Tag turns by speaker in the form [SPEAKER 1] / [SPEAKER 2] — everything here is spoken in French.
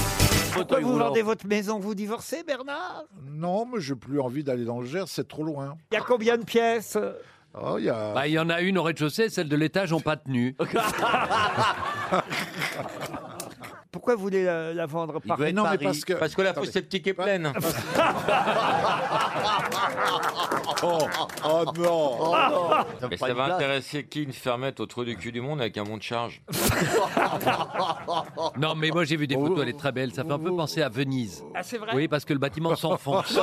[SPEAKER 1] Pourquoi
[SPEAKER 2] fauteuil
[SPEAKER 1] vous
[SPEAKER 2] roulant.
[SPEAKER 1] vendez votre maison Vous divorcez, Bernard
[SPEAKER 3] Non, mais j'ai plus envie d'aller dans le Gers, c'est trop loin.
[SPEAKER 1] Il y a combien de pièces
[SPEAKER 3] Oh, il y a...
[SPEAKER 4] Bah, il y en a une au rez-de-chaussée, celle de l'étage ont pas tenu.
[SPEAKER 1] Pourquoi vous voulez la, la vendre par
[SPEAKER 3] mais non, mais parce que...
[SPEAKER 2] Parce que la fosse
[SPEAKER 3] Attendez.
[SPEAKER 2] sceptique est pleine.
[SPEAKER 3] Oh non
[SPEAKER 2] Mais ça va intéresser qui une fermette au trou du cul du monde avec un bon de charge
[SPEAKER 4] Non, mais moi j'ai vu des photos, elle est très belle. Ça fait un peu penser à Venise.
[SPEAKER 1] Ah, c'est vrai
[SPEAKER 4] Oui, parce que le bâtiment s'enfonce.